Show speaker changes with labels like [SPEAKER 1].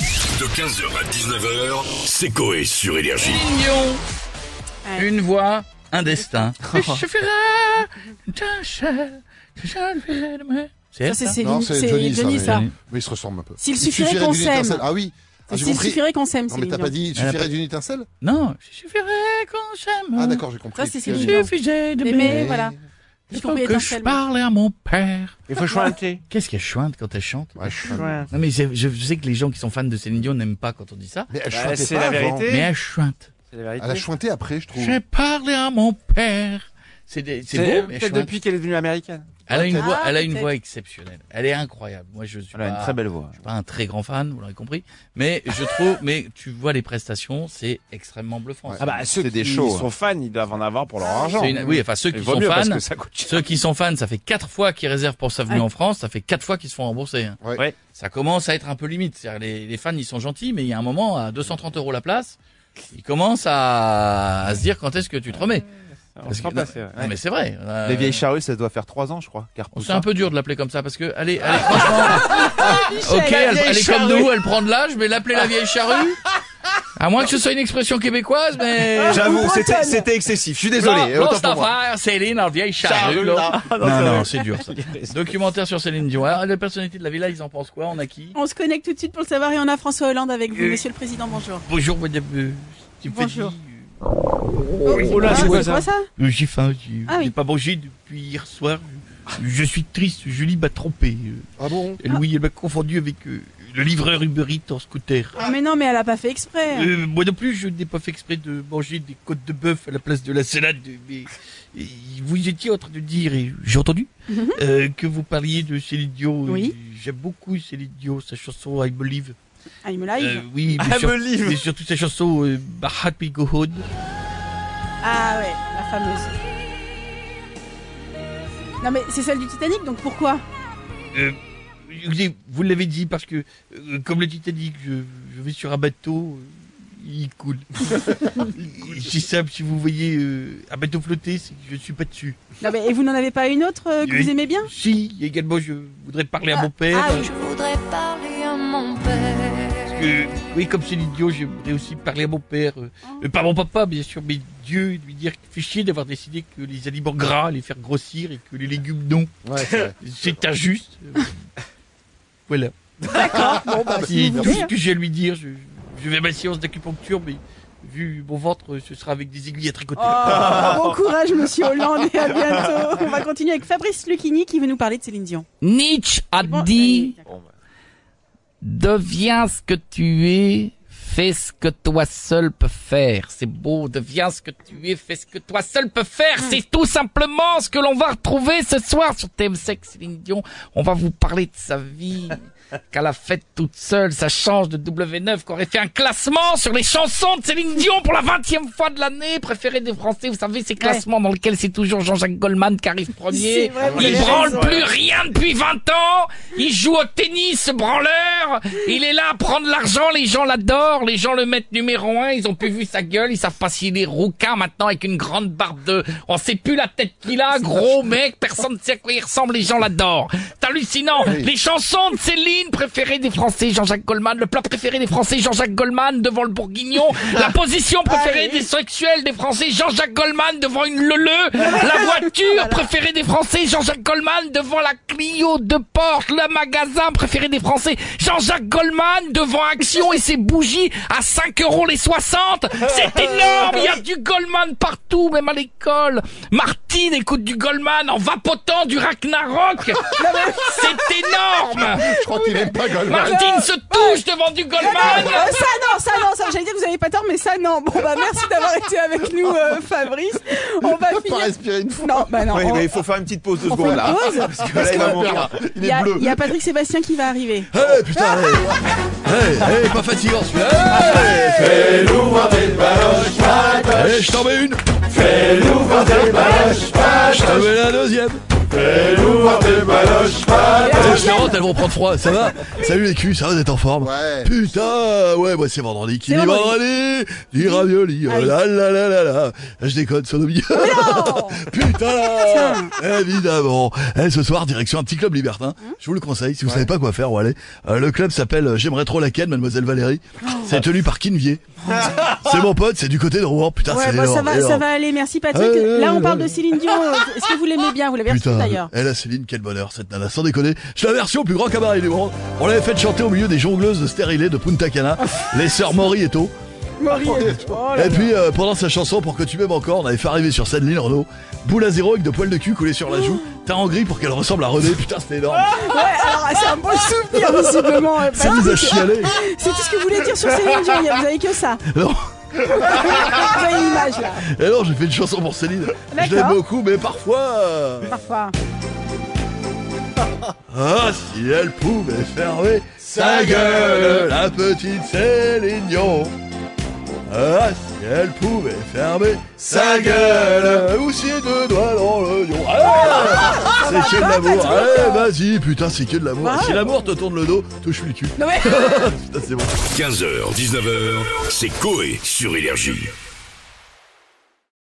[SPEAKER 1] De 15h à 19h, c'est Coé sur Énergie.
[SPEAKER 2] Mignon.
[SPEAKER 3] Ouais.
[SPEAKER 2] Une voix, un destin.
[SPEAKER 3] Oh.
[SPEAKER 2] Je ferai d'un seul, que je le ferai demain. C'est
[SPEAKER 3] Ça,
[SPEAKER 2] elle,
[SPEAKER 3] c'est
[SPEAKER 4] hein
[SPEAKER 2] ça
[SPEAKER 3] Céline- c'est Johnny, ça.
[SPEAKER 2] mais-
[SPEAKER 5] Mais il se ressemble un peu.
[SPEAKER 3] S'il
[SPEAKER 5] Il
[SPEAKER 3] suffirait
[SPEAKER 5] suffirait
[SPEAKER 3] qu'on
[SPEAKER 5] d'une
[SPEAKER 3] s'aime.
[SPEAKER 5] étincelle. Ah oui. Ah, j'ai
[SPEAKER 3] S'il
[SPEAKER 5] compris.
[SPEAKER 3] suffirait qu'on s'aime,
[SPEAKER 5] Non, mais
[SPEAKER 3] Céline
[SPEAKER 5] t'as pas dit il
[SPEAKER 2] Elle a
[SPEAKER 5] suffirait d'une étincelle
[SPEAKER 2] Non, je suffirait qu'on s'aime.
[SPEAKER 5] Ah d'accord, j'ai compris.
[SPEAKER 3] Ça, c'est
[SPEAKER 2] Il
[SPEAKER 5] Suffirait
[SPEAKER 3] Céline.
[SPEAKER 5] d'une-
[SPEAKER 2] suffirait de
[SPEAKER 3] Mais-
[SPEAKER 2] m'aimer.
[SPEAKER 3] voilà. J'ai
[SPEAKER 2] Il faut
[SPEAKER 3] compris
[SPEAKER 2] que je
[SPEAKER 3] étincelle,
[SPEAKER 2] parle à mon père.
[SPEAKER 6] Il faut chanter.
[SPEAKER 2] Qu'est-ce qu'elle chante quand elle chante
[SPEAKER 5] Ouais, je suis fan.
[SPEAKER 6] Ouais.
[SPEAKER 2] Non, mais je, je sais que les gens qui sont fans de Céline Dion n'aiment pas quand on dit ça.
[SPEAKER 5] Mais elle
[SPEAKER 6] Bah,
[SPEAKER 5] chantait
[SPEAKER 6] c'est
[SPEAKER 5] pas
[SPEAKER 6] la
[SPEAKER 5] avant.
[SPEAKER 6] vérité.
[SPEAKER 2] Mais elle chante.
[SPEAKER 6] C'est la vérité.
[SPEAKER 5] Elle a chanté après, je trouve.
[SPEAKER 2] J'ai parlé à mon père. C'est des- c'est beau, mais elle
[SPEAKER 6] peut-être
[SPEAKER 2] chante.
[SPEAKER 6] depuis qu'elle est devenue américaine.
[SPEAKER 2] Elle a une
[SPEAKER 3] Ah,
[SPEAKER 2] voix, elle a une
[SPEAKER 3] peut-être.
[SPEAKER 2] voix exceptionnelle. Elle est incroyable. Moi, je suis
[SPEAKER 6] Elle a
[SPEAKER 2] pas-
[SPEAKER 6] une très belle voix.
[SPEAKER 2] suis pas un très grand fan, vous l'aurez compris, mais je trouve, mais tu vois les prestations, c'est extrêmement bluffant.
[SPEAKER 5] Ouais.
[SPEAKER 6] Ah bah ceux
[SPEAKER 7] C'est
[SPEAKER 6] qui
[SPEAKER 7] des shows,
[SPEAKER 6] sont fans, ils doivent en avoir pour
[SPEAKER 5] Ah,
[SPEAKER 6] leur
[SPEAKER 2] C'est
[SPEAKER 6] argent.
[SPEAKER 2] une- oui, enfin ceux qui
[SPEAKER 6] Il vaut
[SPEAKER 2] sont
[SPEAKER 6] mieux parce
[SPEAKER 2] fans,
[SPEAKER 6] que ça coûte cher.
[SPEAKER 2] ceux qui sont fans, ça fait quatre fois qu'ils réservent pour sa venue
[SPEAKER 3] Ouais.
[SPEAKER 2] en France, ça fait quatre fois qu'ils se font rembourser. hein.
[SPEAKER 5] Ouais.
[SPEAKER 6] Ouais.
[SPEAKER 2] Ça commence à être un peu limite. C'est-à-dire, Les, les fans, ils sont gentils, mais il y a un moment à 230 euros la place, ils commencent à, à se dire quand est-ce que tu te remets.
[SPEAKER 6] On
[SPEAKER 2] Parce
[SPEAKER 6] se
[SPEAKER 2] que-
[SPEAKER 6] rend passer, ouais.
[SPEAKER 2] Non, mais c'est vrai. Euh,
[SPEAKER 7] Les vieilles charrues, ça doit faire 3 ans, je crois. Car
[SPEAKER 2] Oh,
[SPEAKER 4] hein.
[SPEAKER 2] C'est un peu dur de l'appeler comme ça parce que, allez, allez, franchement. ok, elle, elle est comme nous, elle prend de l'âge, mais l'appeler la vieille charrue. À moins que ce soit une expression québécoise, mais.
[SPEAKER 7] J'avoue, c'était, c'était excessif. Je suis désolé.
[SPEAKER 2] Lance
[SPEAKER 7] Autant pour
[SPEAKER 2] ta
[SPEAKER 7] moi.
[SPEAKER 2] frère, Céline, la vieille charrue, là. Non, non, c'est dur, ça. Documentaire sur Céline Dion. Alors, la personnalité de la villa, ils en pensent quoi? On a qui?
[SPEAKER 3] On se connecte tout de suite pour le savoir et on a François Hollande avec
[SPEAKER 6] Euh,
[SPEAKER 3] vous, Monsieur le Président. Bonjour.
[SPEAKER 2] Bonjour, madame. euh, Tu me fais
[SPEAKER 3] Bonjour.
[SPEAKER 6] Oh là,
[SPEAKER 3] Ah,
[SPEAKER 6] c'est quoi ça
[SPEAKER 2] Euh, J'ai faim, j'ai
[SPEAKER 3] Ah oui.
[SPEAKER 2] j'ai pas mangé depuis hier soir. Je suis triste, Julie m'a trompé. Euh,
[SPEAKER 5] Ah bon
[SPEAKER 2] Louis, elle m'a confondu avec euh, le livreur Uber Eats en scooter.
[SPEAKER 3] Ah, Mais non, mais elle a pas fait exprès. hein.
[SPEAKER 2] Euh, moi non plus, je n'ai pas fait exprès de manger des côtes de bœuf à la place de la salade, mais et vous étiez en train de dire, et j'ai entendu,
[SPEAKER 3] Mhm.
[SPEAKER 2] euh, que vous parliez de Céline Dion.
[SPEAKER 3] Oui.
[SPEAKER 2] Euh, J'aime beaucoup Céline Dion, sa chanson I Believe.
[SPEAKER 3] I'm
[SPEAKER 2] Euh,
[SPEAKER 3] live.
[SPEAKER 2] oui, mais,
[SPEAKER 6] I
[SPEAKER 2] sur-
[SPEAKER 6] Believe.
[SPEAKER 2] mais surtout sa chanson euh, My Heart Will Go On.
[SPEAKER 3] Ah ouais, la fameuse. Non mais c'est celle du Titanic, donc pourquoi
[SPEAKER 2] Euh, écoutez, vous l'avez dit parce que, euh, comme le Titanic, je, je vais sur un bateau, euh, il coule. c'est simple, si vous voyez euh, un bateau flotter, c'est que je ne suis pas dessus.
[SPEAKER 3] Non mais et vous n'en avez pas une autre euh, que
[SPEAKER 2] Oui.
[SPEAKER 3] vous aimez bien
[SPEAKER 2] Si, également, je voudrais parler à mon père.
[SPEAKER 3] ah oui.
[SPEAKER 8] Je voudrais parler à mon père.
[SPEAKER 2] Euh, oui, comme c'est l'idiot, j'aimerais aussi parler à mon père. euh, euh, pas mon papa, bien sûr, mais Dieu, lui dire qu'il fait chier d'avoir décidé que les aliments gras allaient faire grossir et que les légumes non.
[SPEAKER 5] Ouais, c'est vrai.
[SPEAKER 2] C'est injuste. Euh, voilà.
[SPEAKER 3] Bon bah
[SPEAKER 2] C'est
[SPEAKER 3] si vous
[SPEAKER 2] tout
[SPEAKER 3] voulez.
[SPEAKER 2] ce que j'ai à lui dire. Je, je vais à ma séance d'acupuncture, mais vu mon ventre, euh, ce sera avec des aiguilles à tricoter.
[SPEAKER 6] Ah.
[SPEAKER 3] Oh, bon courage Monsieur Hollande et à bientôt. On va continuer avec Fabrice Lucchini qui veut nous parler de Céline Dion.
[SPEAKER 4] Nietzsche a
[SPEAKER 3] Bon,
[SPEAKER 4] dit
[SPEAKER 3] allez,
[SPEAKER 4] Deviens ce que tu es, fais ce que toi seul peux faire. C'est beau, deviens ce que tu es, fais ce que toi seul peux faire.
[SPEAKER 3] Hmm.
[SPEAKER 4] C'est tout simplement ce que l'on va retrouver ce soir sur TMC Céline Dion. On va vous parler de sa vie. Qu'à la fête toute seule, ça change de W9 qui aurait fait un classement sur les chansons de Céline Dion pour la 20e fois de l'année, préférée des Français. Vous savez, ces classements dans lesquels c'est toujours Jean-Jacques Goldman qui arrive
[SPEAKER 3] C'est
[SPEAKER 4] premier.
[SPEAKER 3] vrai, vous
[SPEAKER 4] Il
[SPEAKER 3] avez
[SPEAKER 4] branle
[SPEAKER 3] raison.
[SPEAKER 4] plus rien depuis 20 ans. Il joue au tennis, ce branleur. Il est là à prendre l'argent. Les gens l'adorent. Les gens le mettent numéro un. Ils ont plus vu sa gueule. Ils savent pas s'il est rouquin maintenant avec une grande barbe de, on sait plus la tête qu'il a. Gros mec. Personne ne sait à quoi il ressemble. Les gens l'adorent. C'est hallucinant. Les chansons de Céline préférées des Français, Jean-Jacques Goldman. Le plat préféré des Français, Jean-Jacques Goldman devant le bourguignon. La position préférée des sexuels des Français, Jean-Jacques Goldman devant une leleu. La voiture préférée des Français, Jean-Jacques Goldman devant la Clio de Porsche. Le magasin préféré des Français, Jean-Jacques Goldman devant Action et ses bougies à 5 euros les 60. C'est énorme. Il y a du Goldman partout, même à l'école. Martine écoute du Goldman en vapotant du Ragnarok. C'est énorme.
[SPEAKER 5] Je crois qu'il aime pas Goldman.
[SPEAKER 4] Martine se touche devant du Goldman.
[SPEAKER 3] Euh, ça non, ça non, ça j'allais dire que vous avez pas tort mais ça non. Bon bah merci d'avoir été avec nous euh, Fabrice. On va
[SPEAKER 5] Pas
[SPEAKER 3] finir.
[SPEAKER 5] respirer une fois.
[SPEAKER 3] Non, bah non.
[SPEAKER 7] Oui,
[SPEAKER 3] on-
[SPEAKER 7] mais il faut faire une petite pause de
[SPEAKER 3] on fait
[SPEAKER 7] secondes
[SPEAKER 3] une
[SPEAKER 7] là.
[SPEAKER 3] pause.
[SPEAKER 7] Parce que là, il va mourir.
[SPEAKER 5] Il
[SPEAKER 3] Il y,
[SPEAKER 5] est
[SPEAKER 3] a,
[SPEAKER 5] bleu.
[SPEAKER 3] il y a Patrick Sébastien qui va arriver.
[SPEAKER 9] Ah,
[SPEAKER 2] Eh, putain, eh. Eh, eh, pas fatigant celui-là. Eh, eh, je t'en mets une. Je t'en mets la deuxième.
[SPEAKER 9] Les restaurants, elles vont prendre froid, ça va Salut les culs, ça va, vous êtes en forme
[SPEAKER 5] Ouais.
[SPEAKER 9] Putain, ouais, moi c'est vendredi, qui
[SPEAKER 3] C'est
[SPEAKER 9] dit
[SPEAKER 3] vendredi.
[SPEAKER 9] vendredi Dit ravioli, oh là là là là là Je déconne, son
[SPEAKER 3] Oh
[SPEAKER 9] Ah, Putain Évidemment Eh, Ce soir, direction un petit club libertin, je vous le conseille, si vous savez pas quoi faire, ou aller. Euh, le club s'appelle euh, J'aimerais trop laquelle, mademoiselle Valérie
[SPEAKER 3] Oh. Ah.
[SPEAKER 9] C'est tenu par Kinvier. c'est mon pote, c'est du côté de Rouen, putain,
[SPEAKER 3] Ouais,
[SPEAKER 9] c'est
[SPEAKER 3] bon, ça
[SPEAKER 9] énorme,
[SPEAKER 3] va, ça
[SPEAKER 9] énorme.
[SPEAKER 3] va aller, merci Patrick.
[SPEAKER 9] Ah, ouais,
[SPEAKER 3] Là, on
[SPEAKER 9] ouais,
[SPEAKER 3] parle
[SPEAKER 9] ouais.
[SPEAKER 3] de Céline Dion. euh, Est-ce que vous l'aimez bien Vous l'avez reçue
[SPEAKER 9] Putain,
[SPEAKER 3] d'ailleurs
[SPEAKER 9] elle a Céline, quel bonheur cette nana, sans déconner. Je la version au plus grand cabaret du monde. On l'avait fait chanter au milieu des jongleuses de stérilés de Punta Cana,
[SPEAKER 3] Oh.
[SPEAKER 9] les sœurs Maury et Tau. et puis euh, pendant sa chanson Pour que tu m'aimes encore, on avait fait arriver sur scène Lynn Renaud, boule à zéro avec deux poils de cul collés sur la joue,
[SPEAKER 3] Oh.
[SPEAKER 9] teint en gris pour qu'elle ressemble à René, putain c'était énorme.
[SPEAKER 3] Ouais, alors c'est un beau souvenir visiblement. euh,
[SPEAKER 9] Ça nous a
[SPEAKER 3] Patrick.
[SPEAKER 9] chialé.
[SPEAKER 3] C'est tout ce que vous voulez dire sur Céline Dion, vous avez que ça.
[SPEAKER 9] Non.
[SPEAKER 3] Vous avez une image là,
[SPEAKER 9] Et alors j'ai fait une chanson pour Céline. Je l'aime
[SPEAKER 3] D'accord.
[SPEAKER 9] beaucoup, mais parfois. euh,
[SPEAKER 3] parfois.
[SPEAKER 9] Ah, si elle pouvait fermer sa gueule, la petite Céline Dion. Ah, si elle pouvait fermer sa gueule, ou si deux doigts dans le lion. Ah, c'est que de l'amour. Eh, vas-y, putain, c'est Bah que de l'amour. Si l'amour te tourne le dos, touche-lui le cul.
[SPEAKER 3] Non mais.
[SPEAKER 9] Putain, c'est bon.
[SPEAKER 1] 15h, 19h, c'est Coé sur Énergie.